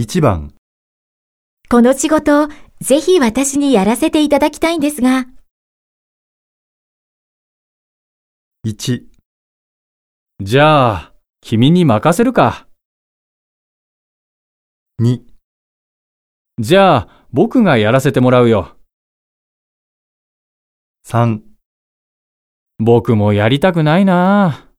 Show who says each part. Speaker 1: 1番、
Speaker 2: この仕事、ぜひ私にやらせていただきたいんですが、
Speaker 1: 1、
Speaker 3: じゃあ、君に任せるか。
Speaker 1: 2、
Speaker 3: じゃあ、僕がやらせてもらうよ。
Speaker 1: 3
Speaker 3: 僕もやりたくないなあ。